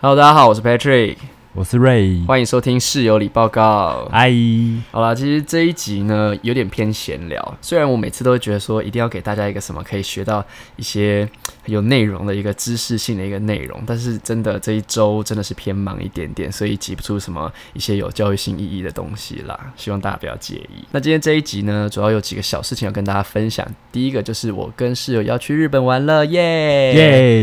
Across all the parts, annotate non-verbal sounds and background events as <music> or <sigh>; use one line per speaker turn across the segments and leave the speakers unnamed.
Hello，大家好，我是 Patrick，
我是瑞，
欢迎收听室友里报告。
哎，
好啦，其实这一集呢有点偏闲聊，虽然我每次都会觉得说一定要给大家一个什么可以学到一些有内容的一个知识性的一个内容，但是真的这一周真的是偏忙一点点，所以挤不出什么一些有教育性意义的东西啦，希望大家不要介意。那今天这一集呢，主要有几个小事情要跟大家分享。第一个就是我跟室友要去日本玩了，耶！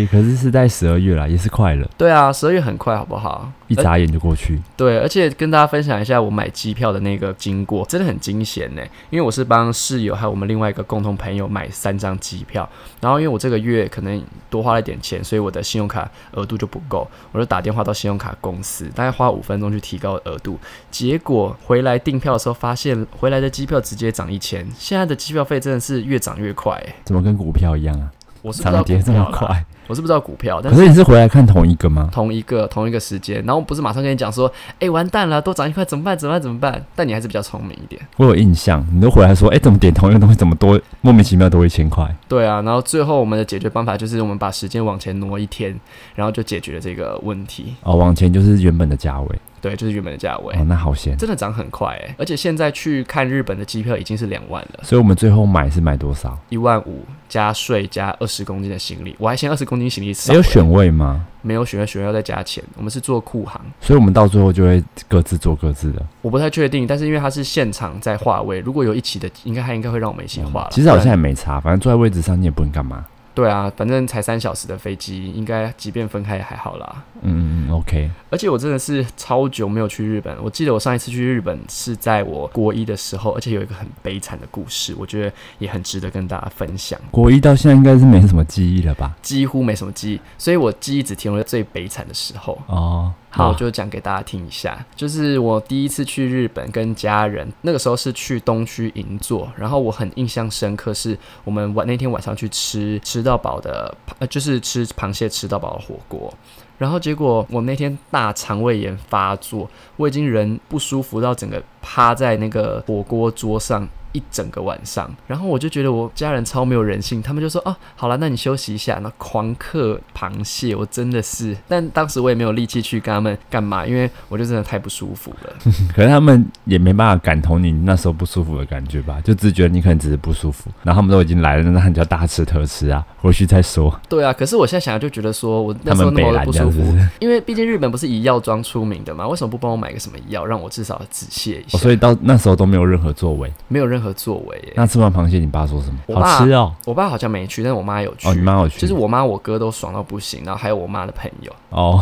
耶！可是是在十二月啦，也是快了，
对啊，十二月很快，好不好？
一眨眼就过去。
对，而且跟大家分享一下我买机票的那个经过，真的很惊险呢。因为我是帮室友还有我们另外一个共同朋友买三张机票，然后因为我这个月可能多花了一点钱，所以我的信用卡额度就不够，我就打电话到信用卡公司，大概花五分钟去提高额度。结果回来订票的时候，发现回来的机票直接涨一千，现在的机票费真的是越涨越快耶。
怎么跟股票一样啊？
哎我是不知道
涨
股
跌这么
票啦，
快？
我是不知道股票，但
可
是
是你是回来看同一个吗？
同一个同一个时间，然后不是马上跟你讲说，哎、完蛋了，多涨一块怎么办？怎么办？怎么办？但你还是比较聪明一点，
我有印象，你都回来说，哎、怎么点同一个东西，怎么多莫名其妙多一千块？
对啊。然后最后我们的解决办法就是我们把时间往前挪一天，然后就解决了这个问题。
哦，往前就是原本的价位，
对，就是原本的价位，
哦，那好险。
真的涨很快哎、而且现在去看日本的机票已经是两万了，
所以我们最后买是买多少？
一万五加税加二十公斤的行李，我还嫌二十公斤行李少、
还有选位吗？
没有选位，选位要再加钱。我们是做库航。
所以我们到最后就会各自做各自的。
我不太确定，但是因为它是现场在划位，如果有一起的，应该他应该会让我们一起划了。
嗯其实好
不然
像也没差，反正坐在位置上你也不能干嘛。
对啊，反正才三小时的飞机，应该即便分开也还好啦。
嗯嗯嗯，OK。
而且我真的是超久没有去日本，我记得我上一次去日本是在我国一的时候，而且有一个很悲惨的故事，我觉得也很值得跟大家分享。
国一到现在应该是没什么记忆了吧？
几乎没什么记忆，所以我记忆只停留在最悲惨的时候。
哦，
好，我
就
就讲给大家听一下，就是我第一次去日本跟家人，那个时候是去东区银座，然后我很印象深刻，是我们晚那天晚上去吃吃到饱的，呃，就是吃螃蟹吃到饱的火锅。然后结果我那天大肠胃炎发作，我已经人不舒服到整个趴在那个火锅桌上一整个晚上，然后我就觉得我家人超没有人性，他们就说啊，好了，那你休息一下，那狂嗑螃蟹，我真的是，但当时我也没有力气去跟他们干嘛，因为我就真的太不舒服
<laughs>
了。
可是他们也没办法感同你那时候不舒服的感觉吧，就只是觉得你可能只是不舒服，然后他们都已经来了，那你就要大吃特吃啊，回去再说。
对啊，可是我现在想就觉得说我那
他
时候
们
那
北
么
兰
不
这
舒
样子
服
是不，是、
因为毕竟日本不是以药妆出名的嘛，为什么不帮我买个什么药，让我至少止泻一下？
哦所以到那时候都没有任何作为。
没有任何作为耶。
那吃完螃蟹，你爸说什么？
我爸
好吃哦，
我爸好像没去，但我妈有去。
哦，你妈有去，
就是我妈我哥都爽到不行，然后还有我妈的朋友。
哦，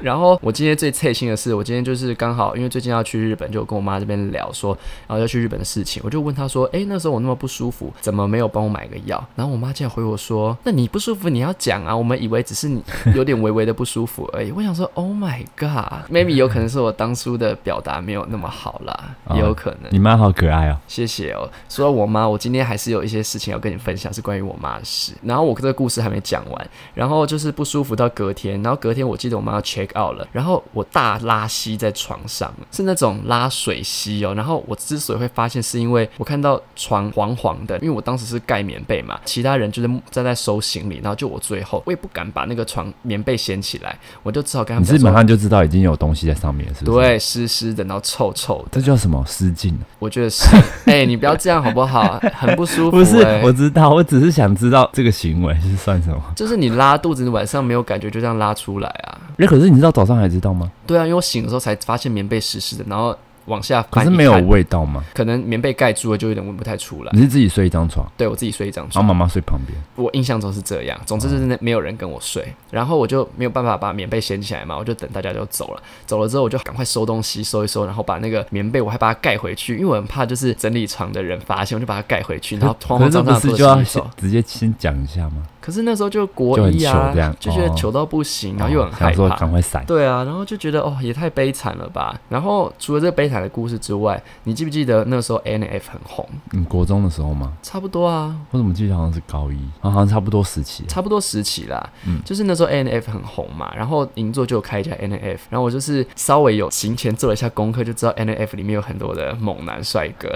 然后我今天最脆心的是，我今天就是刚好因为最近要去日本，就有跟我妈这边聊说，然后要去日本的事情，我就问她说，诶，那时候我那么不舒服，怎么没有帮我买个药？然后我妈竟然回我说，那你不舒服你要讲啊，我们以为只是你有点微微的不舒服而已。我想说，Oh my god，maybe 有可能是我当初的表达没有那么好啦，也有可能。
你妈好可爱哦。
谢谢哦。说到我妈，我今天还是有一些事情要跟你分享，是关于我妈的事。然后我这个故事还没讲完，然后就是不舒服到隔天，然后隔天我记得我妈要 check out 了，然后我大拉稀在床上，是那种拉水稀哦。然后我之所以会发现，是因为我看到床黄黄的，因为我当时是盖棉被嘛，其他人就是站在收行李，然后就我最后，我也不敢把那个床棉被掀起来，我就只好跟他
你
们
是
讲
马
说。
上就知道已经有东西在上面了，是不是？，
对，湿湿的，然后臭臭的，
这叫什么失禁？
我觉得
<laughs>
是。哎、你不要这样好不好？很不舒服、
不是
哎，
我知道，我只是想知道这个行为是算什么。
就是你拉肚子，你晚上没有感觉，就这样拉出来啊。
哎，可是你知道早上还知道吗？
对啊，因为我醒的时候才发现棉被湿湿的，然后往下翻，
可是没有，嗯味道吗？
可能棉被盖住了，就有点闻不太出来。
你是自己睡一张床，
对我自己睡一张
然后
床，
妈妈睡旁边。
我印象中是这样。总之就是那没有人跟我睡，然后我就没有办法把棉被掀起来嘛，我就等大家就走了。走了之后，我就赶快收东西，收一收，然后把那个棉被我还把它盖回去，因为我很怕就是整理床的人发现，我就把它盖回去，然后慌
可
慌
是这
张
不
张地拖
是就
着行
要
李走
先。直接先讲一下吗？
可是那时候就国
就很
一啊
糗这样，
就觉得
哦
糗到不行，然后又很害
想说
怕。
赶快闪。
对啊，然后就觉得哦，也太悲惨了吧。然后除了这个悲惨的故事之外，你记不记得那时候 N F 很红？
你国中的时候吗？我
差不多啊，
怎么记得好像是高一，啊好像差不多时期。啊 <laughs>
差不多时期啦。
嗯
就是那时候 N F 很红嘛，然后银座就有开一家 N F，然后我就是稍微有行前做了一下功课，就知道 N F 里面有很多的猛男帅哥。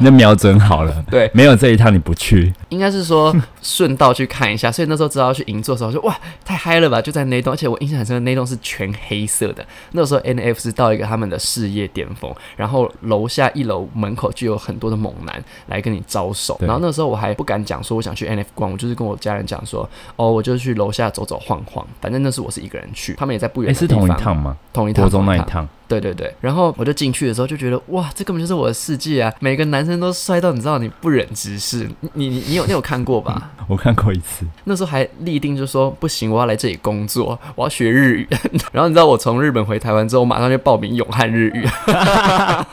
你的瞄准好了，
<laughs> 对，
没有这一趟你不去，
应该是说顺道去看一下，所以那时候知道要去银座的时候，就哇，太嗨了吧！就在那一栋，而且我印象很深，那一栋是全黑色的。那时候 NF 是到一个他们的事业巅峰，然后楼下一楼门口就有很多的猛男来跟你招手。
对
然后那时候我还不敢讲说我想去 NF 逛，我就是跟我家人讲说，哦，我就去楼下走走晃晃，反正那是我是一个人去，他们也在不
哎、
远的
是
地方。
同一趟吗？
同一趟，
国中
同
那一
趟
趟，
对对对，然后我就进去的时候就觉得哇，这根本就是我的世界啊！每个男生都帅到你知道你不忍直视，你你你你有你有看过吧？
我看过一次。 <laughs>
那时候还立定就说不行，我要来这里工作，我要学日语。 <laughs> 然后你知道我从日本回台湾之后，我马上就报名永汉日语，
啊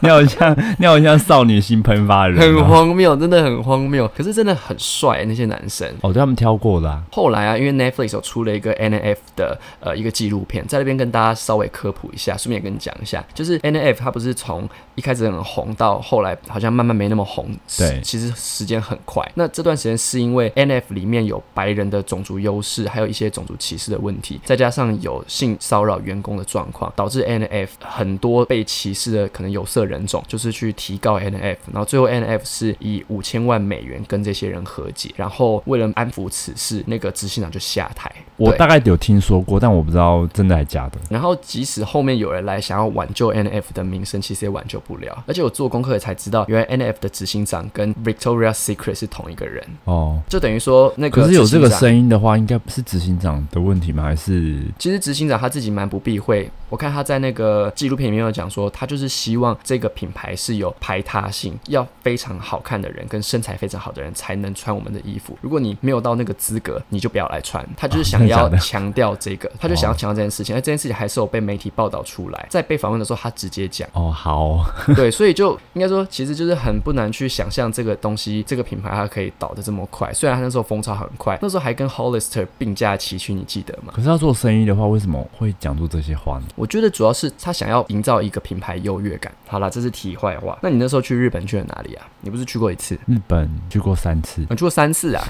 你好像你好像少女心喷发的人
很
哦，
荒谬，真的很荒谬。可是真的很帅那些男生。
哦，对他们挑过的、啊，
后来啊，因为 Netflix 有出了一个 NF 的呃一个纪录片，在那边跟大家稍微科普一下，顺便也跟你讲一下，就是 NF 它不是从一开始很红到后来好像慢慢没那么红，
对
其实时间很快。那这段时间是因为 NF 里面有白人的种族优势，还有一些种族歧视的问题，再加上有性骚扰员工的状况，导致 NF 很多被歧视的可能有色人种就是去提告 NF，然后最后 NF 是以五千万美元跟这些人和解，然后为了安抚此事，那个执行长就下台。
我
对
大概有听说过，但我不知道真的还假的。
然后即使后面有人来想要挽救 NF 的名声，其实也挽救不了。而且我做功课也才知道，原来 NF 的执行长跟 Victoria Secret 是同一个人，
哦，
就等于说那个
可是有
执
这
行
个
长
声音的话，应该不是执行长的问题吗？还是
其实执行长他自己蛮不避讳，我看他在那个纪录片里面有讲说，他就是希望这个品牌是有排他性，要非常好看的人跟身材非常好的人才能穿我们的衣服。如果你没有到那个资格，你就不要来穿。他就是想
<laughs> 真的假
要
的
强调这个，他就想要强调这件事情，而这件事情还是有被媒体报道出来。在被访问的时候，他直接讲。
哦，好哦
对，所以就应该说，其实就是很不难去想象这个东西，这个品牌它可以倒得这么快。虽然它那时候风潮很快，那时候还跟 Hollister 并驾齐驱，你记得吗？
可是他做生意的话，为什么会讲出这些话呢？
我觉得主要是他想要营造一个品牌优越感。好啦，这是题外话。那你那时候去日本去了哪里啊？你不是去过一次？
日本去过三次，
你去过三次啊？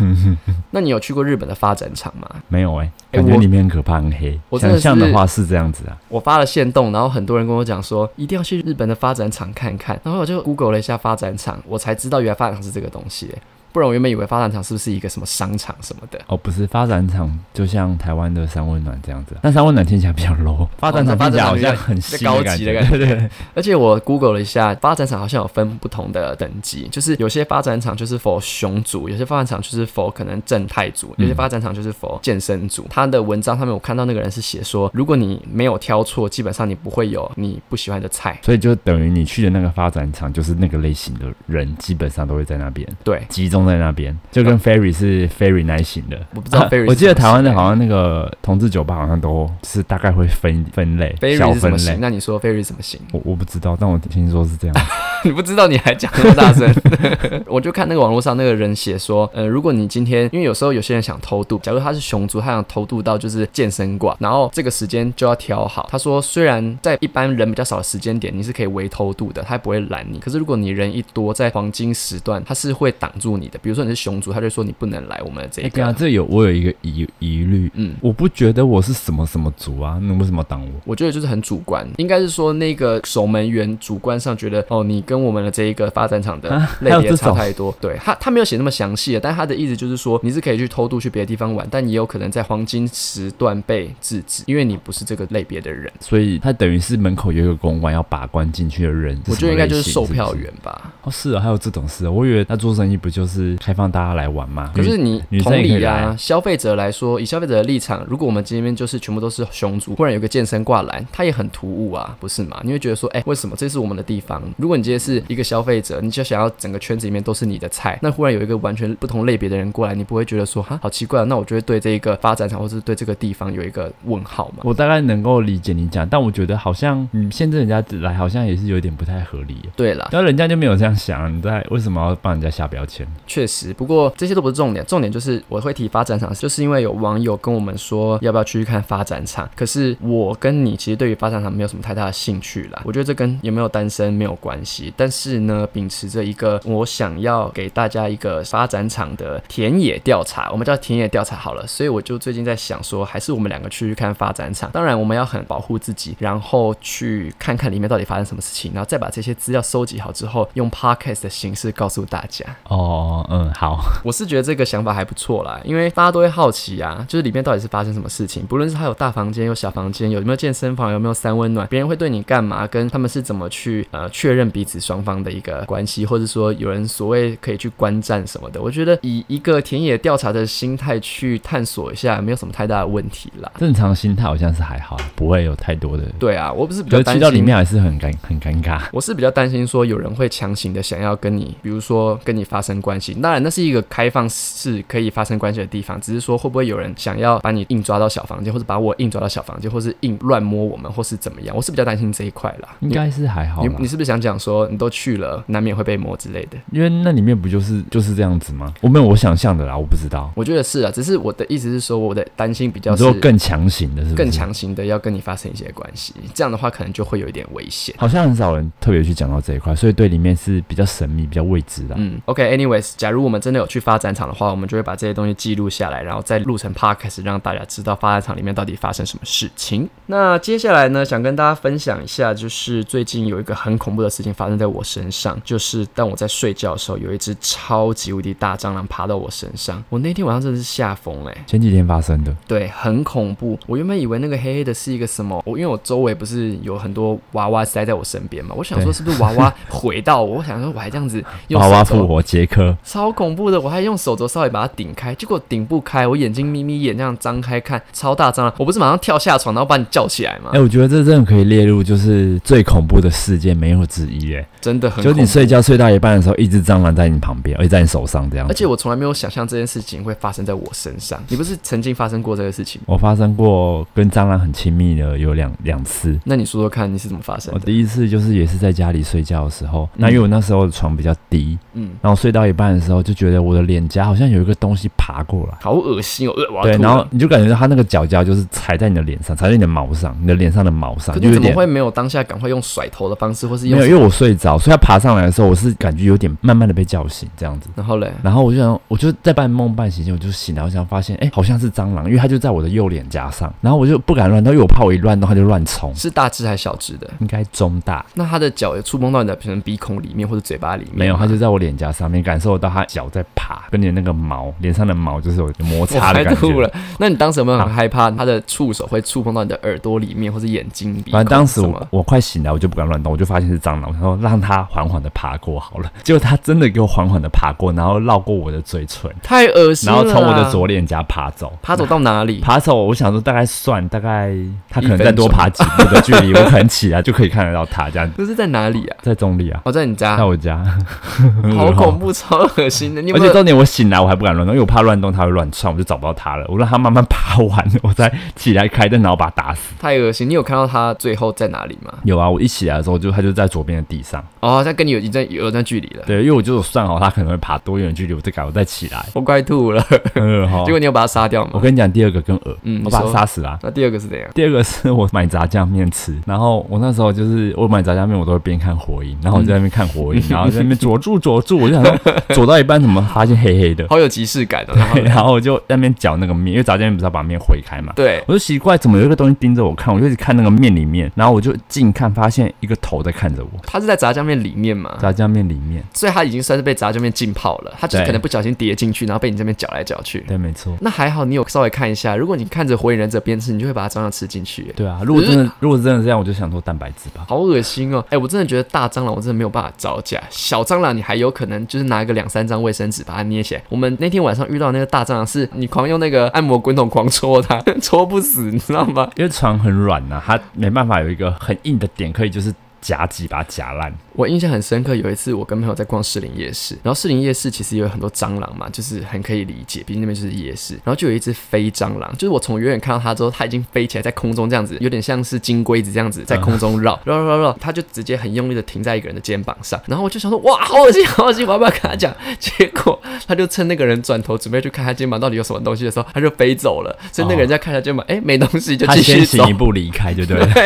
那你有去过日本的发展厂吗？
没有哎、
哎
感觉
我
里面很可怕，很黑。
我真的
想象的
是
话是这样子啊，
我发了线动，然后很多人跟我讲说一定要去日本的发展厂看看。然后我就 Google 了一下发展厂，我才知道原来发展厂是这个东西欸、不然我原本以为发展厂是不是一个什么商场什么的。
哦，不是发展厂，就像台湾的三温暖这样子啊、但三温暖听起来比较 low，发展厂
发
听起来
哦展厂
好
比较
像很新的感
高级的
觉，
感
对对对， <laughs>
而且我 Google 了一下，发展厂好像有分不同的等级，就是有些发展厂就是 for 熊族，有些发展厂就是 for 可能正太族，
嗯
有些发展厂就是 for 健身族。他的文章上面我看到那个人是写说，如果你没有挑错，基本上你不会有你不喜欢的菜。
所以就等于你去的那个发展厂，就是那个类型的人，基本上都会在那边
对，
集中在那边，就跟 Ferry 是 Ferry 那一型的。啊
我不哦知道 Berry 是什么型、
我记得台湾的好像那个同志酒吧好像都是大概会分分类
Berry
小
是什
分
么型？
类。
那你说 Berry 怎么型？
我我不知道，但我听说是这样。
<laughs> 你不知道你还讲那么大声， <laughs> 我就看那个网络上那个人写说，呃，如果你今天，因为有时候有些人想偷渡，假如他是熊族，他想偷渡到就是健身馆，然后这个时间就要挑好。他说，虽然在一般人比较少的时间点，你是可以微偷渡的，他不会拦你。可是如果你人一多，在黄金时段，他是会挡住你的。比如说你是熊族，他就说你不能来我们的这
哎，
一
<laughs> 对啊，
个。
这有我有一个疑疑虑，
嗯，
我不觉得我是什么什么族啊，你为什么挡我？
我觉得就是很主观，应该是说那个守门员主观上觉得，哦，你跟我们的这一个发展厂的
啊
类
还有
别
这
差
种
太多。对他，他没有写那么详细，但他的意思就是说，你是可以去偷渡去别的地方玩，但也有可能在黄金时段被制止，因为你不是这个类别的人。
所以他等于是门口有一个公关要把关进去的人，
我觉得应该就是售票
是什么类型。
员吧。
是不是哦，是啊，还有这种事啊，我以为他做生意不就是开放大家来玩吗？嗯
可是你
女
同
生也可以
理
来
啊
啊，
消费者来说，以消费者的立场，如果我们今天就是全部都是熊族，忽然有个健身挂篮，它也很突兀啊，不是吗？你会觉得说，哎、为什么这是我们的地方？如果你今天是一个消费者，你就想要整个圈子里面都是你的菜，那忽然有一个完全不同类别的人过来，你不会觉得说，哈，好奇怪、啊，那我就会对这个发展场或是对这个地方有一个问号嘛？
我大概能够理解你讲，但我觉得好像嗯，限制人家来好像也是有点不太合理耶。
对啦，
然后人家就没有这样想，你在为什么要帮人家下标签？
确实，不过这些都不是重点，重点就是我会提发展场，就是因为有网友跟我们说要不要去看发展场，可是我跟你其实对于发展场没有什么太大的兴趣啦。我觉得这跟有没有单身没有关系，西，但是呢，秉持着一个我想要给大家一个发展场的田野调查，我们叫田野调查好了，所以我就最近在想说，还是我们两个去看发展场，当然我们要很保护自己，然后去看看里面到底发生什么事情，然后再把这些资料收集好之后，用 podcast 的形式告诉大家。
哦，嗯，好，
我是觉得这个想法还不错啦，因为大家都会好奇啊，就是里面到底是发生什么事情，不论是它有大房间、有小房间，有没有健身房，有没有三温暖，别人会对你干嘛，跟他们是怎么去呃确认彼此双方的一个关系，或者说有人所谓可以去观战什么的，我觉得以一个田野调查的心态去探索一下，没有什么太大的问题啦。
正常心态好像是还好，啊不会有太多的。
对啊，我不是比
可
较
是
担
去
心
到里面还是很尴很尴尬。
我是比较担心说有人会强行的想要跟你，比如说跟你发生关系。当然，那是一个开放式可以发生关系的地方，只是说会不会有人想要把你硬抓到小房间，或者把我硬抓到小房间，或是硬乱摸我们，或是怎么样？我是比较担心这一块啦。
<laughs> 应该是还好
你
啦
你，是不是想讲说你都去了，难免会被摸之类的？
因为那里面不就是就是这样子吗？我没有我想象的啦，我不知道。
我觉得是啊，只是我的意思是说，我的担心比较
你
是
说更强行的是不是
更，强行的要跟你发生一些关系，这样的话可能就会有一点危险。
好像很少人特别去讲到这一块，所以对里面是比较神秘、比较未知的。啊
嗯，OK，anyways，、假如我们真的有去发展场的话，我们就会把这些东西记录下来，然后再录成 podcast，让大家知道发展场里面到底发生什么事情。那接下来呢，想跟大家分享一下，就是最近有一个很恐怖的事情发生在我身上，就是当我在睡觉的时候，有一只超级无敌大蟑螂爬到我身上，我那天晚上真的是吓疯嘞、
前几天发生的，
对，很恐怖。我原本以为那个黑黑的是一个什么，我因为我周围不是有很多娃娃塞在我身边嘛，我想说
对
是不是娃娃回到我，我想说我还这样子用
娃娃
手肘
复活杰克，
超恐怖的，我还用手肘稍微把它顶开，结果顶不开，我眼睛眯眯眼那样张开看，超大蟑螂，我不是马上跳下床，然后把你叫起来吗？
哎、我觉得这真的可以列入就是最恐怖的事件没有之一，哎，
真的很恐
就是
怖
你。睡觉睡到一半的时候，一只蟑螂在你旁边，而且在你手上这样
而
子。
且我从来没有想象这件事情会发生在我身上。你不是曾经发生过这个事情吗？
我发生过跟蟑螂很亲密的有两两次，
那你说说看，你是怎么发生
我
的？
第一次就是也是在家里睡觉的时候，那
嗯
因为我那时候的床比较低，
嗯，
然后睡到一半的时候就觉得我的脸颊好像有一个东西爬过来。
好恶心哦！呃、我要
对，
吐了
然后你就感觉到它那个脚脚就是踩在你的脸上，踩在你的毛上，你的脸上的毛上，
可你
就有
怎么
点
会没有当下赶快用甩头的方式，或是
没
用
有，因为我睡着，所以它爬上来的时候，我是感觉有点慢慢的被叫醒这样子。
然后嘞？
然后我就想，我就在半梦半醒间，我就醒来，我想发现，哎、好像是蟑螂，因为它就在我的右脸颊上，然后我就不敢乱动，因为我怕我一乱动它就乱冲，
是大只还是小只的？
应该中大。
那它的脚有触碰到你的可能鼻孔里面或者嘴巴里面吗？
没有，它就在我脸颊上面，感受到它脚在爬，跟你的那个毛，脸上的毛就是有摩
我
擦的
还
感
吐
觉。
了。那你当时有没有很害怕它的触手会触碰到你的耳朵里面，或是眼睛、鼻孔
反正当时
什
我
么？
我快醒来，我就不敢乱动，我就发现是蟑螂，然后让它缓缓的爬过好了。结果它真的给我缓缓的爬过，然后绕过我的嘴唇，
太恶心
然
了啦。
后从我的左嗯脸颊爬走。
爬走到哪里？
爬走，我想说大概算大概，它可
一
能
分
再多爬几步的距离，我可能起来就可以看得到它这样。
这是在哪里啊？
在中立啊，
哦，在你家
在，我家，
好恐怖，超恶心的。你有
<laughs> 而
没
且
有？
重点，我醒来我还不敢乱动，因为我怕乱动它会乱窜，我就找不到它了。我让它慢 <laughs> 慢爬完，我再起来开灯，然后把它打死。
太恶心！你有看到它最后在哪里吗？
有啊，我一起来的时候就它就在左边的地上。
哦，它跟你有已经在有一段距离了。
对，因为我就有算好它可能会爬多远的距离，我再改，我再起来。
我快吐了。
嗯，好
结。果你有把它杀掉
我
吗？
跟你讲，第二个跟鹅，
嗯你
我把它
说
杀死啦、
那第二个是怎样？
第二个是我买炸酱面吃，然后我那时候就是我买炸酱面，我都会边看火影，然后我就在那边看火影，然后在那边佐助佐助，我就想说佐到一半怎么发现黑黑
<laughs>
的，
好有即视感哦。然后
<laughs> 对然后我就在那边搅那个面，因为炸酱面不是要把面回开嘛，
对，
我就奇怪怎么有一个东西盯着我看，我就一直看那个面里面，然后我就近看发现一个头在看着我，
它是在炸酱面里面嘛，
炸酱面里面，
所以它已经算是被炸酱面浸泡了。它就是
对
可能不小心跌进去，然后被你这边搅来搅去。
对，没错。
那还好，你有稍微看一下。如果你看着《火影忍者》边吃，你就会把它蟑螂吃进去，欸
对啊，如果真的，如果真的这样，我就想说蛋白质吧。
好恶心哦！哎、我真的觉得大蟑螂我真的没有办法招架，小蟑螂你还有可能就是拿个两三张卫生纸把它捏起来。我们那天晚上遇到那个大蟑螂，是你狂用那个按摩滚筒狂戳它， <laughs> 戳不死，你知道吗？
因为床很软呐、它没办法有一个很硬的点可以就是夹挤把它夹烂。
我印象很深刻，有一次我跟朋友在逛士林夜市，然后士林夜市其实也有很多蟑螂嘛，就是很可以理解，毕竟那边就是夜市。然后就有一只飞蟑螂，就是我从远远看到它之后，它已经飞起来在空中这样子，有点像是金龟子这样子
嗯
在空中绕 <laughs> 绕绕绕绕，它就直接很用力的停在一个人的肩膀上。然后我就想说，哇，好恶心，好恶心，我要不要跟他讲？结果他就趁那个人转头准备去看他肩膀到底有什么东西的时候，他就飞走了。所以那个人在看他肩膀，哎、没东西就
它
继
先 <laughs>
续走
行一。步离开，对不对
<laughs>
了？
对，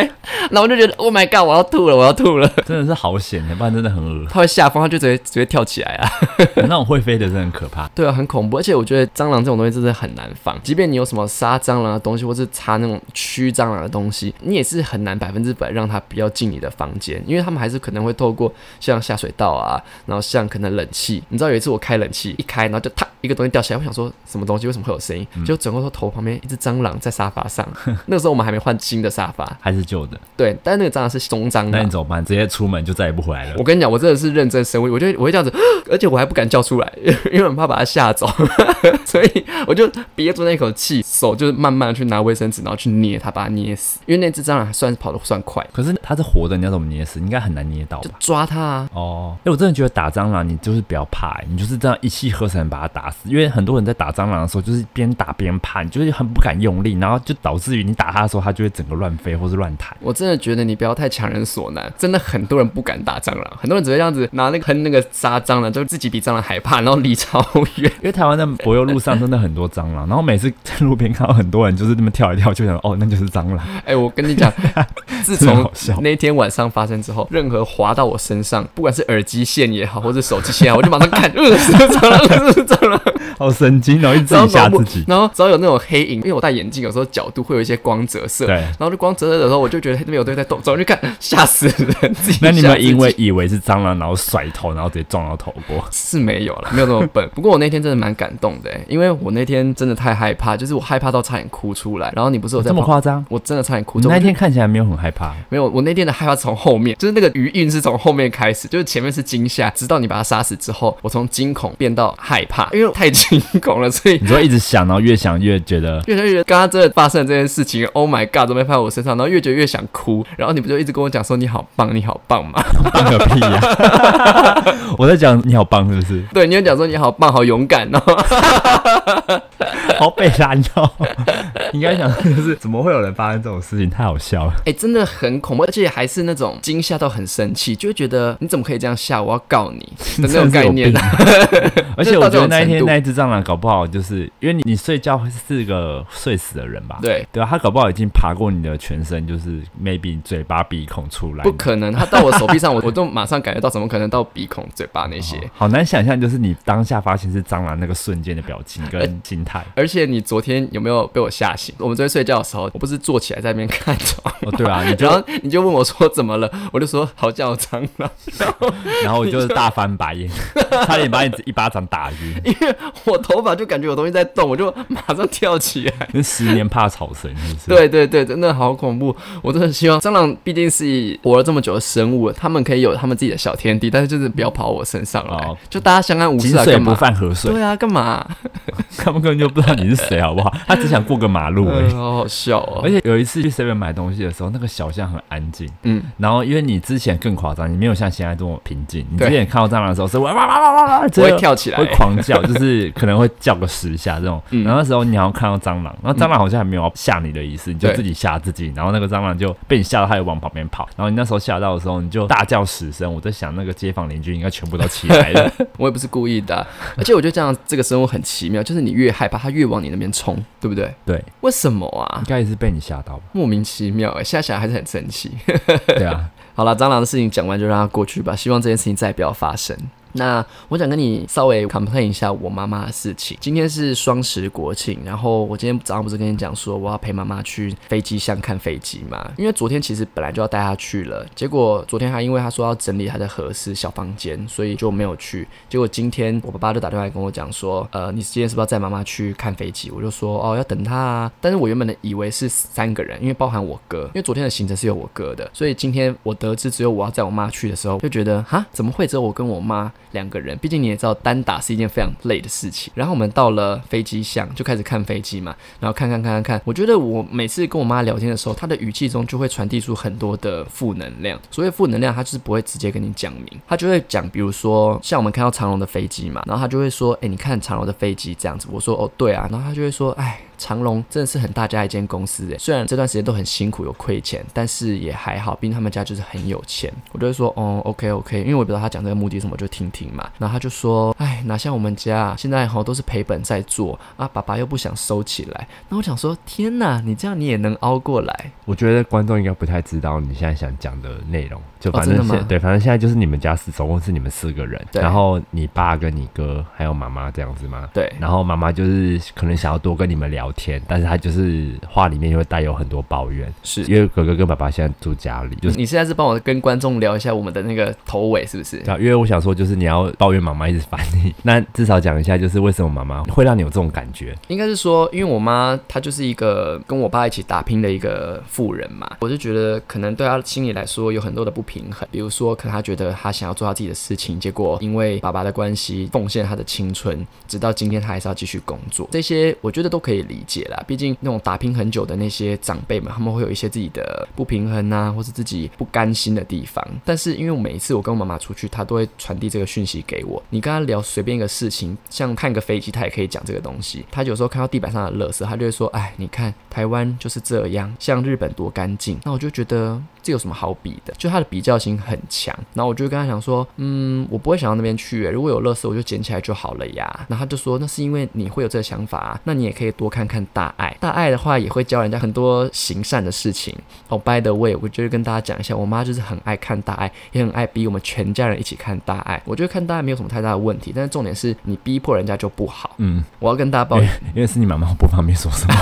然后我就觉得，Oh my god，我要吐了，我要要吐了，。
真的是好险，不然真的很恶
<laughs> 它会吓疯，它就直接直接跳起来啊。 <laughs>
那种会飞的真的很可怕。
对啊，很恐怖，而且我觉得蟑螂这种东西真的很难防，即便你有什么杀蟑螂的东西，或是擦那种驱蟑螂的东西，你也是很难百分之百让它不要进你的房间，因为他们还是可能会透过像下水道啊，然后像可能冷气，你知道有一次我开冷气一开，然后就啪一个东西掉下来，我想说什么东西为什么会有声音，结果转过头头旁边一只蟑螂在沙发上， <laughs> 那个时候我们还没换新的沙发，
还是旧的，
对，但那个蟑螂是中蟑
那
螂
你。怎么办？直接出门就再也不回来了
我。跟你讲，我真的是认真生物，我就我会这样子， <gasps> 而且我还不敢叫出来， <laughs> 因为很怕把它吓走， <laughs> 所以我就憋住那口气，手就是慢慢地去拿卫生纸，然后去捏它，把它捏死。因为那只蟑螂还算是跑得算快，
可是它是活的，你要怎么捏死？你应该很难捏到
就
吧？
抓它啊。
哦，哎、我真的觉得打蟑螂，你就是不要怕、欸你就是这样一气呵成把它打死。因为很多人在打蟑螂的时候，就是边打边怕，你就是很不敢用力，然后就导致于你打它的时候，它就会整个乱飞或是乱弹。
我真的觉得你不要太强人所难，真的很多人不敢打蟑螂，很多人只会这样子拿那个喷那个杀蟑螂，就自己比蟑螂害怕，然后离超远。
因为台湾的柏油路上真的很多蟑螂，然后每次在路边看到很多人就是那么跳来跳去，想哦，那就是蟑螂。
哎、我跟你
<laughs>
讲，自
真的
从
好笑
那天晚上发生之后，任何滑到我身上，不管是耳机线也好，或者手机线也好，我就马上看，呃，是蟑螂，呃是蟑螂，
好神经哦，一 <laughs> 直自己吓自己。
然后只要有那种黑影，因为我戴眼镜，有时候角度会有一些光折射，
对
然后就光折射的时候，我就觉得那边有东西在动，走上去看，吓死人！自己
那你
吓
们
自己
因为以为是蟑螂，然后甩头，然后直接撞到头过？
是没有了，没有那么笨。不过我那天真的蛮感动的，因为我那天真的太害怕，就是我害怕到差点哭出来。然后你不是有在
这么
旁
夸张？
我真的差点哭
你
出来。
那天看起来没有很害怕，
没有，我那天的害怕是从后面，就是那个余韵是从后面开始，就是前面是惊吓，直到你把它杀死之后，我从惊恐变到害怕，因为我太惊恐了，所以 <laughs>
你就会一直想，然后越想越觉得。
越来越刚刚真的发生了这件事情，Oh my God，怎么会发生在我身上？然后越觉得越想哭，然后你不就一直跟我讲说你好棒，你好棒嘛？
棒个屁呀、 <laughs> 我在讲你好棒是不是？
<laughs> 对，你有讲说你好棒，好勇敢
<laughs>
哦。
好北蓝哦！ <laughs> 应该想就是怎么会有人发生这种事情？太好笑了。
哎、真的很恐怖，而且还是那种惊吓到很生气，就会觉得你怎么可以这样吓我，要告
<laughs>
你的那种
真的是
概
有
念。啊
病啊而且我觉得那
就是到这种
一
程
天
度
那一只蟑螂搞不好就是因为你你睡觉是个睡死的人吧？
对，
对啊，它搞不好已经爬过你的全身，就是 maybe 嘴巴、鼻孔出来。
不可能，他到我手臂上，我我都马上感觉到，怎么可能到鼻孔、嘴巴那些？
哦好难想象，就是你当下发现是蟑螂那个瞬间的表情跟心 <laughs> 态。
而且你昨天有没有被我吓醒？我们昨天睡觉的时候，我不是坐起来在那边看床，
哦，对啊，你
<laughs>
就
然后你就问我说怎么了，我就说好像有蟑螂， <laughs>
然后我就是大翻白 <laughs> 眼，差点把你一巴掌打 <laughs> 晕。
因为我头发就感觉有东西在动，我就马上跳起来。
那十年怕草绳是不是？，
对对对，真的好恐怖！我真的希望蟑螂毕竟是活了这么久的生物，它们可以有它们自己的小天地，但是就是不要跑我身上来，
哦
就大家相安无
井
事啊，
水
干
不
嘛？
犯河水，
对啊，干嘛？
<laughs> 他们根本就不知道你是谁，
<laughs>
好不好？他只想过个马路而已
嗯，。好好笑哦
而。且有一次去 Seven 买东西的时候，那个小巷很安静，
嗯，
然后因为你之前更夸张，你没有像现在这么平静。你
对
之前看到蟑螂的时候是哇哇哇哇哇哇，
我
直接
会跳起来
会，狂
<laughs>
叫，就是可能会叫个十下这种。
嗯
然后那时候你好像看到蟑螂，然后蟑螂好像还没有要吓你的意思，你就
对
自己吓自己，然后那个蟑螂就被你吓到，它就往旁边跑。然后你那时候吓到的时候，你就大叫十声。我在想，那个街坊邻居应该全部都起来
<laughs>
了。
我也不是故意的啊、而且我觉得这样这个生物很奇妙，就是你越害怕，它越往你那边冲，对不对？
对，
为什么
应
啊？
该也是被你吓到吧？
莫名其妙哎、现在想来还是很生气。 <laughs>
对啊，
好了，蟑螂的事情讲完就让它过去吧，希望这件事情再也不要发生。那我想跟你稍微 complain 一下我妈妈的事情。今天是双十国庆，然后我今天早上不是跟你讲说我要陪妈妈去飞机巷看飞机嘛？因为昨天其实本来就要带她去了，结果昨天她因为她说要整理她的合适小房间，所以就没有去。结果今天我爸爸就打电话来跟我讲说，呃，你今天是不是要载妈妈去看飞机？我就说哦，要等她啊。但是我原本的以为是三个人，因为包含我哥，因为昨天的行程是有我哥的，所以今天我得知只有我要载我妈去的时候，就觉得哈，怎么会只有我跟我妈两个人？毕竟你也知道，单打是一件非常累的事情。然后我们到了飞机巷，就开始看飞机嘛，然后看看看看看。我觉得我每次跟我妈聊天的时候，她的语气中就会传递出很多的负能量。所谓负能量，她就是不会直接跟你讲明，她就会讲，比如说像我们看到长龙的飞机嘛，然后她就会说：“哎、你看长龙的飞机这样子。”我说：“哦，对啊。”然后她就会说：“哎，长隆真的是很大家一间公司诶，欸虽然这段时间都很辛苦有亏钱，但是也还好，毕竟他们家就是很有钱。我就会说，哦，OK OK，因为我也不知道他讲这个目的是什么，我就听听嘛。然后他就说，哎，哪像我们家啊现在哈都是赔本在做啊，爸爸又不想收起来。那我想说，天哪，你这样你也能熬过来？
我觉得观众应该不太知道你现在想讲的内容，就
哦
反
真的
正现、
吗
对，反正现在就是你们家四，总共是你们四个人，
对
然后你爸跟你哥还有妈妈这样子吗？
对，
然后妈妈就是可能想要多跟你们聊天，但是她就是话里面就会带有很多抱怨，
是嗯
因为哥哥跟爸爸现在住家里，就是。
你现在是帮我跟观众聊一下我们的那个头尾是不是
对？啊因为我想说，就是你要抱怨妈妈一直烦你，那 <laughs> 至少讲一下，就是为什么妈妈会让你有这种感觉？
应该是说，因为我妈她就是一个跟我爸一起打拼的一个富人嘛，我就觉得可能对她心里来说有很多的不平衡，比如说可能她觉得她想要做她自己的事情，结果因为爸爸的关系奉献她的青春，直到今天她还是要继续工作，这些我觉得都可以理解啦，毕竟那种打拼很久的那些长辈们，他们会有一些自己的不平衡啊，或是自己不甘心的地方，但是因为我每一次我跟我妈妈出去，她都会传递这个讯息给我，你跟她聊随便一个事情，像看个飞机，她也可以讲这个东西，她有时候看到地板上的垃圾，她就会说，哎，你看台湾就是这样，像日本多干净，那我就觉得。这有什么好比的？就她的比较心很强，然后我就跟她讲说，嗯，我不会想到那边去、如果有垃圾我就捡起来就好了呀。然后他就说，那是因为你会有这个想法、啊，那你也可以多看看大爱。大爱的话也会教人家很多行善的事情。哦、b y the way，我就是跟大家讲一下，我妈就是很爱看大爱，也很爱逼我们全家人一起看大爱。我觉得看大爱没有什么太大的问题，但是重点是你逼迫人家就不好。
嗯，
我要跟大家抱怨，
因为是你妈妈不方便说什么，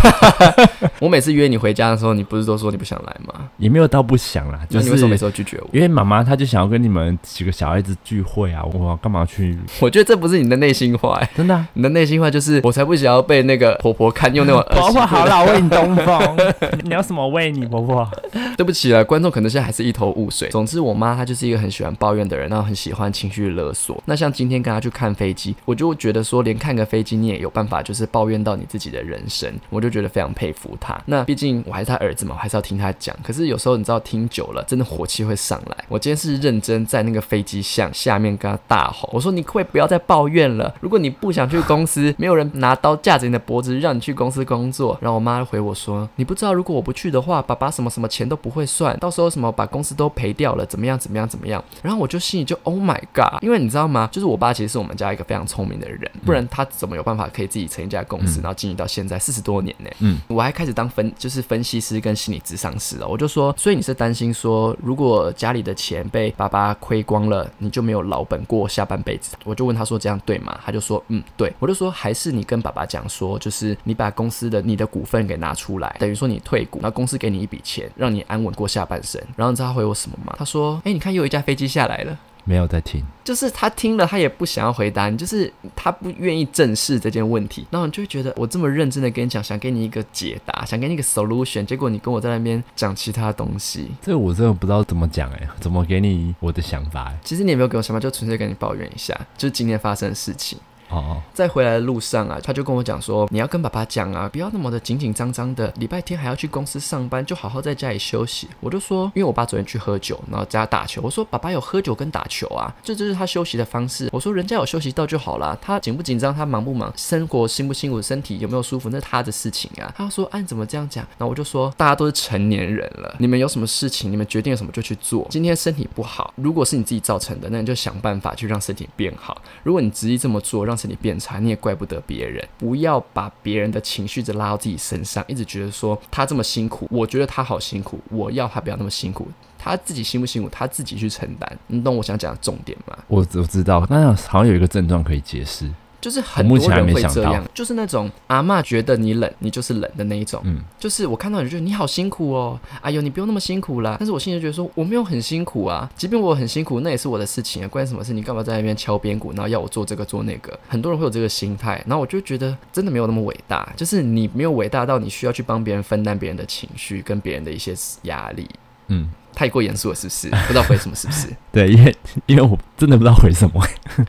我每次约你回家的时候，你不是都说你不想来吗？
也没有到不想啦，就
那你为什么每
是
次都拒绝我？
因为妈妈她就想要跟你们几个小孩子聚会啊，我干嘛去？
我觉得这不是你的内心话、哎
真的、啊，
你的内心话就是我才不想要被那个婆婆看，
<laughs>
用那种恶
婆
心
婆好老为你东风，你要什么为你婆婆？
<laughs> 对不起了，观众可能现在还是一头雾水。总之，我妈她就是一个很喜欢抱怨的人，然后很喜欢情绪勒索。那像今天跟她去看飞机，我就觉得说，连看个飞机你也有办法，就是抱怨到你自己的人生，我就觉得非常佩服她。那毕竟我还是她儿子嘛，我还是要听她讲。可是有时候你知道，听久了真的火气会上来。我今天是认真在那个飞机巷下面跟她大吼，我说你可不可以不要再抱怨了？如果你不想去公司，没有人拿刀架着你的脖子让你去公司工作。然后我妈回我说，你不知道如果我不去的话，爸爸什么什么钱都不会算，到时候什么把公司都赔掉了，怎么样怎么样怎么样。然后我就心里就 Oh my God，因为你知道吗？就是我爸其实是我们家一个非常聪明的人，不然他怎么有办法可以自己成立一家公司，
嗯
然后经营到现在四十多年呢？
嗯，
我还开始当分就是分析师跟心理咨商师哦了。我就说，所以你是担心说，如果家里的钱被爸爸亏光了，你就没有老本过下半辈子。我就问他说这样对吗？他就说嗯对。我就说还是你跟爸爸讲说，就是你把公司的你的股份给拿出来，等于说你退股，然后公司给你一笔钱，让你安稳过下半生。然后你知道他回我什么吗？他说，哎，你看又有一架飞机下来了。
没有在听，
就是他听了，他也不想要回答你，就是他不愿意正视这件问题，然后你就会觉得我这么认真的跟你讲，想给你一个解答，想给你一个 solution，结果你跟我在那边讲其他东西，
这个我真的不知道怎么讲哎、怎么给你我的想法哎、
其实你也没有给我想法，就纯粹跟你抱怨一下，就是今天发生的事情。
哦哦，
在回来的路上啊，他就跟我讲说，你要跟爸爸讲啊，不要那么的紧紧张张的，礼拜天还要去公司上班，就好好在家里休息。我就说，因为我爸昨天去喝酒，然后加打球，我说爸爸有喝酒跟打球啊，这就是他休息的方式。我说人家有休息到就好啦，他紧不紧张，他忙不忙，生活辛不辛苦，身体有没有舒服，那是他的事情啊。他说，哎、你怎么这样讲？然后我就说，大家都是成年人了，你们有什么事情，你们决定了什么就去做。今天身体不好，如果是你自己造成的，那你就想办法去让身体变好。如果你执意这么做，让身体变差，你也怪不得别人。不要把别人的情绪再拉到自己身上，一直觉得说他这么辛苦，我觉得他好辛苦，我要他不要那么辛苦，他自己辛不辛苦，他自己去承担。你懂我想讲的重点吗？
我我知道，那好像有一个症状可以解释，
就是很
我目
多
前还
人
没
会
想
这
到
样，就是那种阿嬷觉得你冷，你就是冷的那一种。
嗯，
就是我看到你就觉得你好辛苦哦，哎呦你不用那么辛苦啦。但是我心里就觉得说我没有很辛苦啊，即便我很辛苦，那也是我的事情啊，关你什么事？你干嘛在那边敲边鼓，然后要我做这个做那个？很多人会有这个心态，然后我就觉得真的没有那么伟大，就是你没有伟大到你需要去帮别人分担别人的情绪跟别人的一些压力。
嗯，
太过严肃了，是不是？不知道回什么，是不是？
对，因为因为我真的不知道回什么。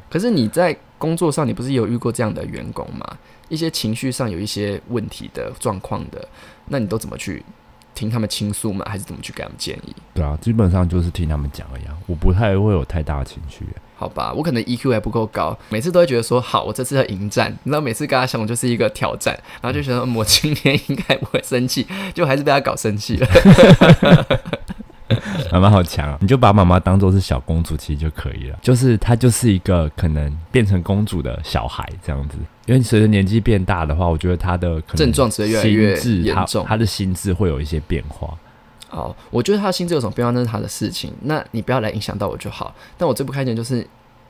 可是你在工作上，你不是有遇过这样的员工吗？一些情绪上有一些问题的状况的，那你都怎么去听他们倾诉吗？还是怎么去给他们建议？
对啊，基本上就是听他们讲而已、啊，我不太会有太大的情绪欸、
好吧，我可能 EQ 还不够高，每次都会觉得说好，我这次要迎战。你知道，每次跟他相处就是一个挑战，然后就觉得、嗯我今天应该不会生气， <laughs> 就还是被他搞生气了。
妈妈好强啊！你就把妈妈当做是小公主，其实就可以了。就是她就是一个可能变成公主的小孩这样子。因为随着年纪变大的话，我觉得她的可能
症状只会越来越
心智她
严重
她的心智会有一些变化。
好，我觉得他心智有什么变化那是他的事情，那你不要来影响到我就好。但我最不开心的就是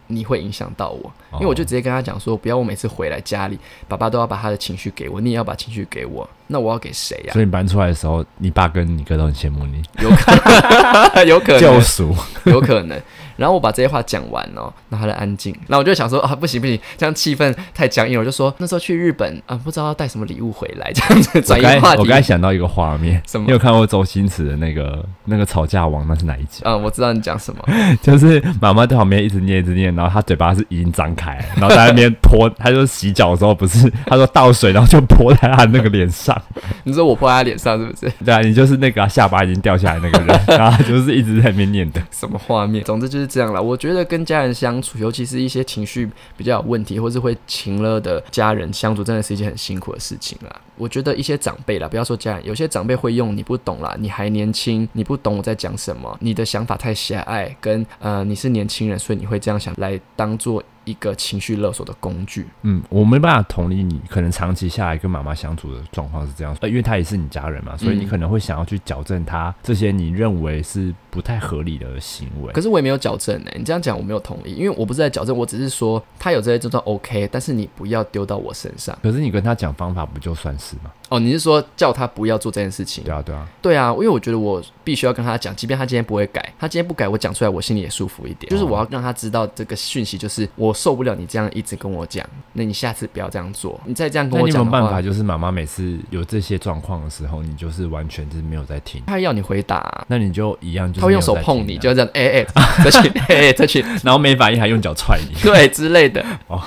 你会影响到我，
哦
因为我就直接跟他讲说，不要我每次回来家里，爸爸都要把他的情绪给我，你也要把情绪给我，那我要给谁呀、
所以你搬出来的时候，你爸跟你哥都很羡慕你，
有可有可
救
能， <laughs>
赎。
有可能。然后我把这些话讲完哦，那他就安静。那我就想说啊，不行不行，这样气氛太僵硬了。我就说那时候去日本啊，不知道要带什么礼物回来，这样子
我
转移
刚
话
才
题。
我刚才想到一个画面，
什么
你有看过周星驰的那个那个吵架王？那是哪一集？
嗯，我知道你讲什么。
就是妈妈在旁边一直念一直念，然后她嘴巴是已经张开，然后在那边泼，她就洗脚的时候不是，她说倒水，然后就泼在她那个脸上。
你说我泼在他脸上是不是？
对啊，你就是那个啊、下巴已经掉下来那个人，然后她就是一直在那边念的。
什么画面？总之就是这样啦。我觉得跟家人相处，尤其是一些情绪比较有问题，或是会情了的家人相处，真的是一件很辛苦的事情啦。我觉得一些长辈啦，不要说家人，有些长辈会用你不懂啦，你还年轻，你不懂我在讲什么，你的想法太狭隘，跟呃你是年轻人，所以你会这样想，来当做一个情绪勒索的工具。
嗯，我没办法同理你，可能长期下来跟妈妈相处的状况是这样，呃，因为她也是你家人嘛，所以你
嗯
可能会想要去矫正她这些你认为是不太合理的行为。
可是我也没有矫正哎、你这样讲我没有同意，因为我不是在矫正，我只是说他有这些症状 OK，但是你不要丢到我身上
可是你跟她讲方法，不就算是吗？
哦。你是说叫他不要做这件事情
对？啊，对啊，
对啊，因为我觉得我必须要跟他讲，即便他今天不会改，他今天不改，我讲出来我心里也舒服一
哦
点。就是我要让他知道这个讯息，就是我受不了你这样一直跟我讲，那你下次不要这样做，你再这样
那
跟我
你有
讲
没
的
有办法？
话，
就是妈妈每次有这些状况的时候，你就是完全就是没有在听，
他要你回答、
那你就一样就是
他会用
没有
手
在
碰
听
你，
啊
就这样，哎、哎、这群哎哎这群
然后没反应还用脚踹
<laughs>
你。
对之类的。
<laughs> 哦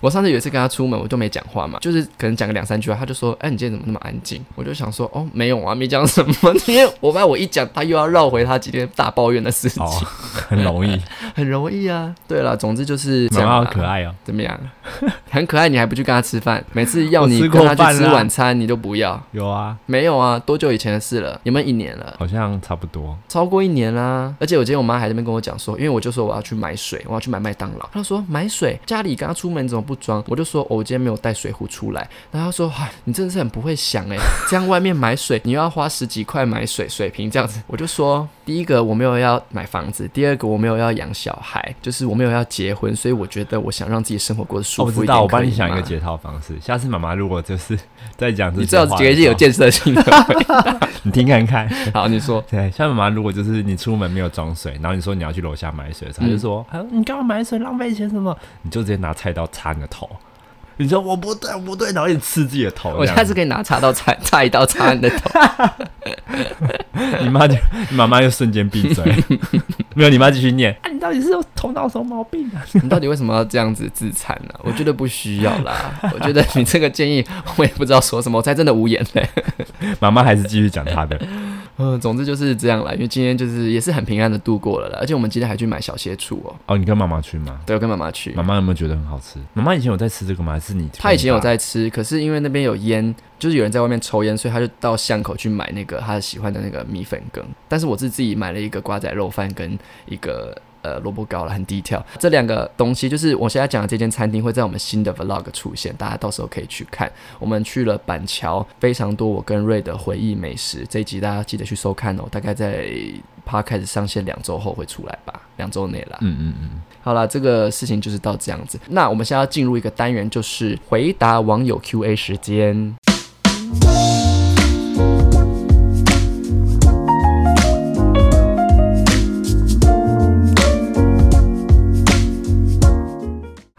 我上次有一次跟他出门，我就没讲话嘛，就是可能讲个两三句话，他就说：“哎、你今天怎么那么安静？”我就想说：“哦，没有啊，没讲什么。”因为我怕我一讲，他又要绕回他今天大抱怨的事情，
哦，
<laughs>
很容易，
很容易啊。对了，总之就是这
妈
样
妈
啊、
好可爱哦。
怎么样？ <laughs> 很可爱，你还不去跟他吃饭？每次要
我
你
吃
跟他
过
去
饭
吃
啦
晚餐，你都不要。
有啊，
没有啊，多久以前的事了？有没有一年了？
好像差不多。
超过一年啦、而且我今天我妈还在那边跟我讲说，因为我就说我要去买水，我要去买麦当劳。她说买水，家里刚刚出门怎么不装？我就说、哦我今天没有带水壶出来。然后她说，哎，你真的是很不会想哎， <laughs> 这样外面买水你又要花十几块买水水瓶这样子。我就说，第一个我没有要买房子，第二个我没有要养小孩，就是我没有要结婚，所以我觉得我想让自己生活过得舒
我
服
哦知
一点。
道，我帮你想一
可以
个
吗
解套方式。下次妈妈如果就是在讲这
你
些
最
话
好
的时候，
直接有建设性的。
你听看看。 <laughs>
好，你说
对，像妈妈如果就是你出门没有装水，然后你说你要去楼下买水的时
嗯
候，她就说：“啊你干嘛买水浪费钱什么？”你就直接拿菜刀插你的头。你说我不对，我不对，然后一直刺自己的头。
<laughs> 我
这
下
样
次
子
可以拿插刀插插一刀插你的头。
<laughs> 你妈就你妈妈就瞬间闭 <laughs> 嘴，没有你妈继续念啊，你到底是有头脑什么毛病啊？
<laughs> 你到底为什么要这样子自残呢、我觉得不需要啦。我觉得你这个建议，我也不知道说什么，我才真的无言嘞。
<laughs> 妈妈还是继续讲她的，
<laughs> 嗯，总之就是这样啦。因为今天就是也是很平安的度过了啦，而且我们今天还去买小蟹醋哦，
哦，你跟妈妈去吗？
对，我跟妈妈去
妈。妈有没有觉得很好吃？妈妈以前有在吃这个吗？还是你？
她以前有，在吃，可是因为那边有烟，就是有人在外面抽烟，所以她就到巷口去买那个她喜欢的那个米粉羹。但是我是自己买了一个瓜仔肉饭跟一个呃萝卜糕了，很低调。这两个东西就是我现在讲的这间餐厅会在我们新的 vlog 出现，大家到时候可以去看。我们去了板桥，非常多我跟瑞的回忆美食。这一集大家记得去收看哦，大概在 podcast 上线两周后会出来吧，两周内啦。
嗯嗯嗯，
好啦，这个事情就是到这样子。那我们现在要进入一个单元，就是回答网友 Q&A 时间。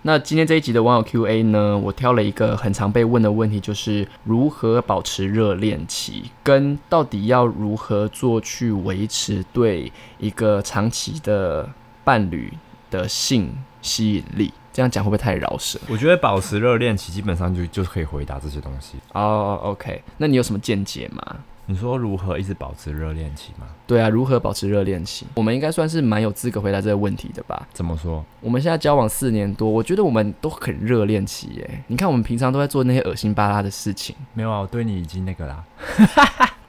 那今天这一集的网友 Q&A 呢，我挑了一个很常被问的问题，就是如何保持热恋期，跟到底要如何做去维持对一个长期的伴侣的性吸引力。这样讲会不会太饶舌？
我觉得保持热恋期基本上就就可以回答这些东西。
哦哦、o k 那你有什么见解吗？
你说如何一直保持热恋期吗？
对啊，如何保持热恋期？我们应该算是蛮有资格回答这个问题的吧？
怎么说？
我们现在交往四年多，我觉得我们都很热恋期耶。你看，我们平常都在做那些恶心巴拉的事情，
没有啊，我对你已经那个啦。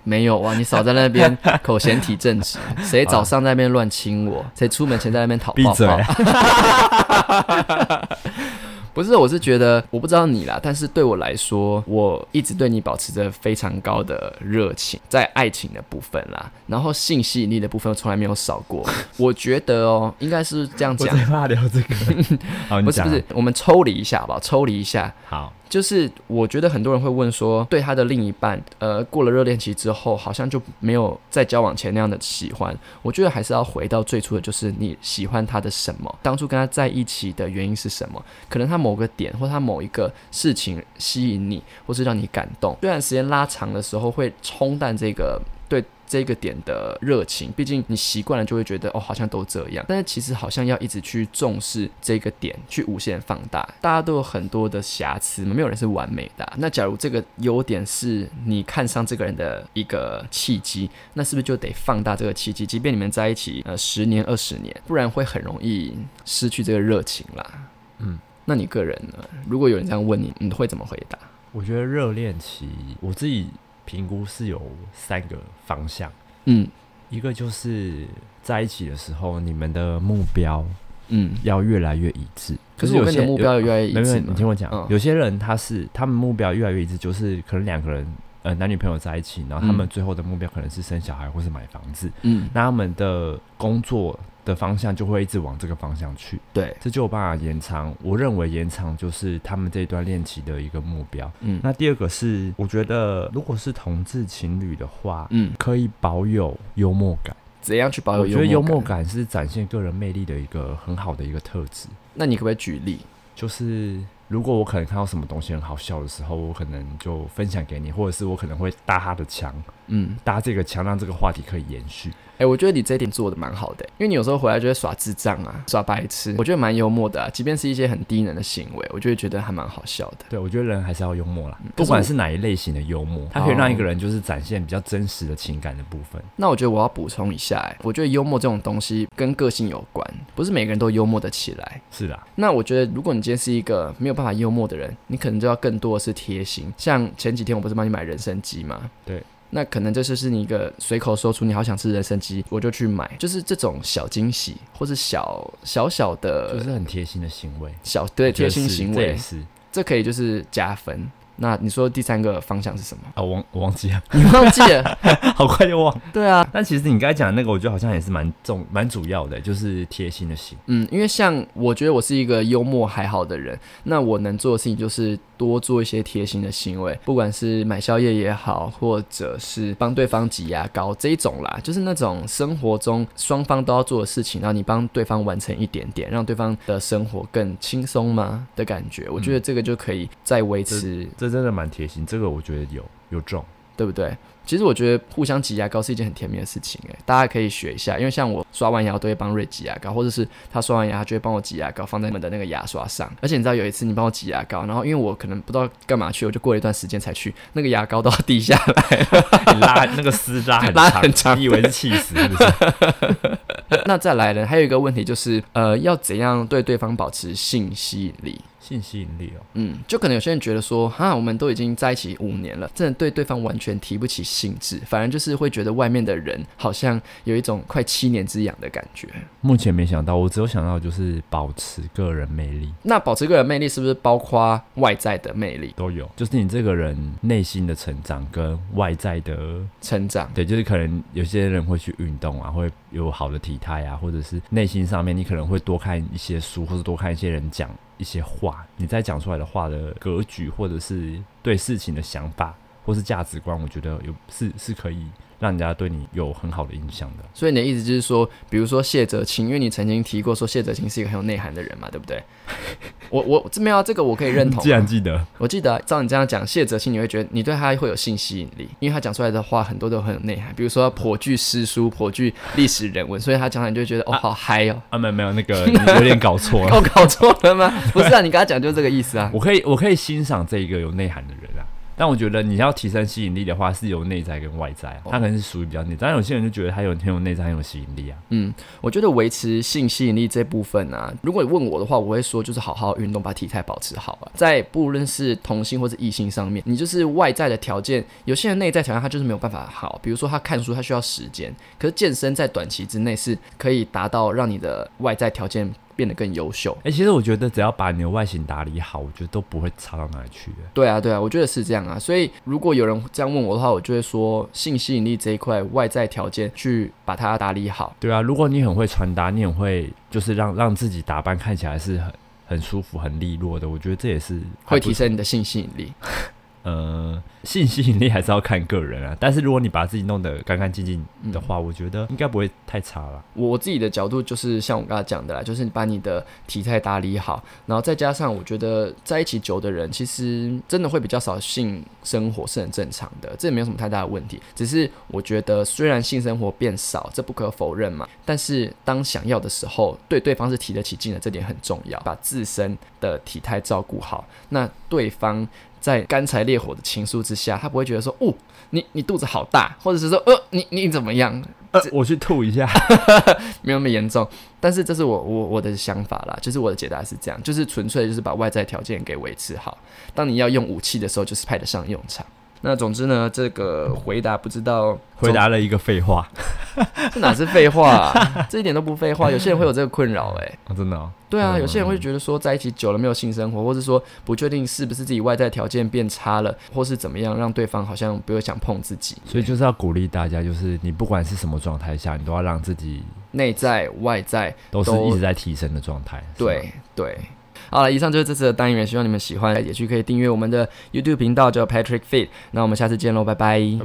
没有啊？你少在那边口嫌体正
<laughs>
直，谁早上在那边乱亲我，谁出门前在那边讨
啊闭
抱
嘴
抱。 <laughs> 不是，我是觉得我不知道你啦，但是对我来说，我一直对你保持着非常高的热情，在爱情的部分啦，然后性吸引力的部分从来没有少过。我觉得哦，应该是这样
我
讲
最，怕聊这
<laughs>
个。好，你
不是
讲啊。
不是，我们抽离一下好不好？抽离一下，
好，
就是我觉得很多人会问说，对他的另一半，呃，过了热恋期之后，好像就没有在交往前那样的喜欢。我觉得还是要回到最初的，就是你喜欢他的什么，当初跟他在一起的原因是什么？可能他某个点或他某一个事情吸引你，或是让你感动。虽然时间拉长的时候会冲淡这个对这个点的热情，毕竟你习惯了就会觉得哦，好像都这样。但是其实好像要一直去重视这个点，去无限放大。大家都有很多的瑕疵，没有人是完美的啊、那假如这个优点是你看上这个人的一个契机，那是不是就得放大这个契机？即便你们在一起呃十年、二十年，不然会很容易失去这个热情啦。
嗯，
那你个人呢？如果有人这样问你，你会怎么回答？
我觉得热恋期我自己评估是有三个方向，
嗯
一个就是在一起的时候，你们的目标
嗯，
要越来越一致。
可是
就
我
有
跟你的
些
目标有越来越一
没有，没
致
有你
吗？
听我讲，
嗯
有些人他是他们目标越来越一致，就是可能两个人呃男女朋友在一起，然后他们
嗯
最后的目标可能是生小孩或是买房子，
嗯，
那他们的工作的方向就会一直往这个方向去，
对，
这就有办法延长。我认为延长就是他们这一段恋期的一个目标。
嗯
那第二个是，我觉得如果是同志情侣的话，
嗯，
可以保有幽默感。
怎样去保有
我觉哦得幽默
感？
感是展现个人魅力的一个很好的一个特质。
那你可不可以举例？
就是如果我可能看到什么东西很好笑的时候，我可能就分享给你，或者是我可能会搭他的墙，
嗯，
搭这个墙让这个话题可以延续。
哎、我觉得你这一点做的蛮好的、因为你有时候回来就会耍智障啊，耍白痴，我觉得蛮幽默的啊。即便是一些很低能的行为，我就会觉得还蛮好笑的。
对，我觉得人还是要幽默啦，
可是我
不管嗯是哪一类型的幽默，它可以让一个人就是展现比较真实的情感的部分。
那我觉得我要补充一下、哎，我觉得幽默这种东西跟个性有关，不是每个人都幽默得起来。
是啦，
那我觉得，如果你今天是一个没有办法幽默的人，你可能就要更多的是贴心。像前几天我不是帮你买人参鸡吗？
对。
那可能这就是你一个随口说出你好想吃人参鸡，我就去买，就是这种小惊喜或是小小小的，
就是很贴心的行为，
小对
我觉
贴
得
心
是
行
这
为
也，是
这可以就是加分。那你说第三个方向是什么？
啊，我忘我忘记了， <laughs>
你忘记了？ <laughs>
好快就忘。
对啊，
但其实你刚才讲的那个，我觉得好像也是蛮重蛮主要的，就是贴心的行。
嗯，因为像我觉得我是一个幽默还好的人，那我能做的事情就是多做一些贴心的行为，不管是买宵夜也好，或者是帮对方挤牙膏这一种啦，就是那种生活中双方都要做的事情，然后你帮对方完成一点点，让对方的生活更轻松嘛的感觉。我觉得这个就可以再维持、
这真的蛮贴心，这个我觉得有有中。
对不对？其实我觉得互相挤牙膏是一件很甜蜜的事情，哎，大家可以学一下。因为像我刷完牙，我都会帮瑞挤牙膏，或者是他刷完牙，他就会帮我挤牙膏放在你们的那个牙刷上。而且你知道有一次你帮我挤牙膏，然后因为我可能不知道干嘛去，我就过了一段时间才去，那个牙膏到地下了， <laughs>
你 <laughs> 拉那个丝拉很
拉
长，
很长
你以为是气死是不 <laughs> 是？
那再来呢，还有一个问题就是，呃，要怎样对对方保持性吸引力？
性吸引力哦，
嗯，就可能有些人觉得说，哈，我们都已经在一起五年了，真的对对方完全提不起兴致，反而就是会觉得外面的人好像有一种快七年之痒的感觉。
目前没想到，我只有想到就是保持个人魅力
那保持个人魅力是不是包括外在的魅力
都有，就是你这个人内心的成长跟外在的，
成长？
对，就是可能有些人会去运动啊，会有好的体态啊，或者是内心上面你可能会多看一些书，或者多看一些人讲一些话，你在讲出来的话的格局，或者是对事情的想法，或是价值观，我觉得有是是可以让人家对你有很好的印象的。
所以你的意思就是说，比如说谢哲青，因为你曾经提过说谢哲青是一个很有内涵的人嘛，对不对？ <laughs> 我我这没有啊、这个我可以认同啊、
既然记得，
我记得啊、照你这样讲，谢哲青你会觉得你对他会有性吸引力，因为他讲出来的话很多都很有内涵，比如说颇具诗书，颇具历史人文，所以他讲讲你就会觉得哦好嗨哦。
啊，没有没有，那个你有点搞错了。
我搞错了吗？不是啊，你跟他讲就是这个意思啊。
我可以，我可以欣赏这一个有内涵的人啊。但我觉得你要提升吸引力的话，是有内在跟外在啊，它可能是属于比较内在，但有些人就觉得他有很有内在，很有吸引力啊。
我觉得维持性吸引力这部分啊，如果你问我的话，我会说就是好好运动，把体态保持好啊。在不论是同性或是异性上面，你就是外在的条件，有些人内在条件他就是没有办法好，比如说他看书他需要时间，可是健身在短期之内是可以达到让你的外在条件变得更优秀。
哎、其实我觉得只要把你的外形打理好，我觉得都不会差到哪里去的。
对啊，对啊，我觉得是这样啊。所以如果有人这样问我的话，我就会说性吸引力这一块外在条件去把它打理好。
对啊，如果你很会穿搭，你很会就是让让自己打扮看起来是很很舒服、很利落的，我觉得这也是还
会
不
提升你的性吸引力，
呃性吸引力还是要看个人啊。但是如果你把自己弄得干干净净
嗯
的话，我觉得应该不会太差了。
我我自己的角度就是像我刚才讲的啦，就是你把你的体态打理好，然后再加上我觉得在一起久的人，其实真的会比较少性生活是很正常的，这也没有什么太大的问题。只是我觉得虽然性生活变少，这不可否认嘛，但是当想要的时候，对对方是提得起劲的，这点很重要。把自身的体态照顾好，那对方。在干柴烈火的情愫之下，他不会觉得说，哦，你你肚子好大，或者是说，呃，你你怎么样？
呃，我去吐
<laughs>
一下。
没有那么严重，但是这是我我我的想法啦，就是我的解答是这样，就是纯粹就是把外在条件给维持好，当你要用武器的时候，就是派得上用场。那总之呢，这个回答不知道 <laughs>
回答了一个废话
这哪是废话、
<laughs>
啊，这一点都不废话。有些人会有这个困扰，诶，
啊、真的、哦。
对啊，有些人会觉得说在一起久了没有性生活，或是说不确定是不是自己外在条件变差了，或是怎么样，让对方好像不会想碰自己。
所以就是要鼓励大家，就是你不管是什么状态下，你都要让自己
内在外在
都是
都
一直在提升的状态。是吗
对对。好了，以上就是这次的单元，希望你们喜欢，也去可以订阅我们的 YouTube 频道，叫 Patrick Fit。那我们下次见喽，拜拜
拜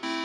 拜。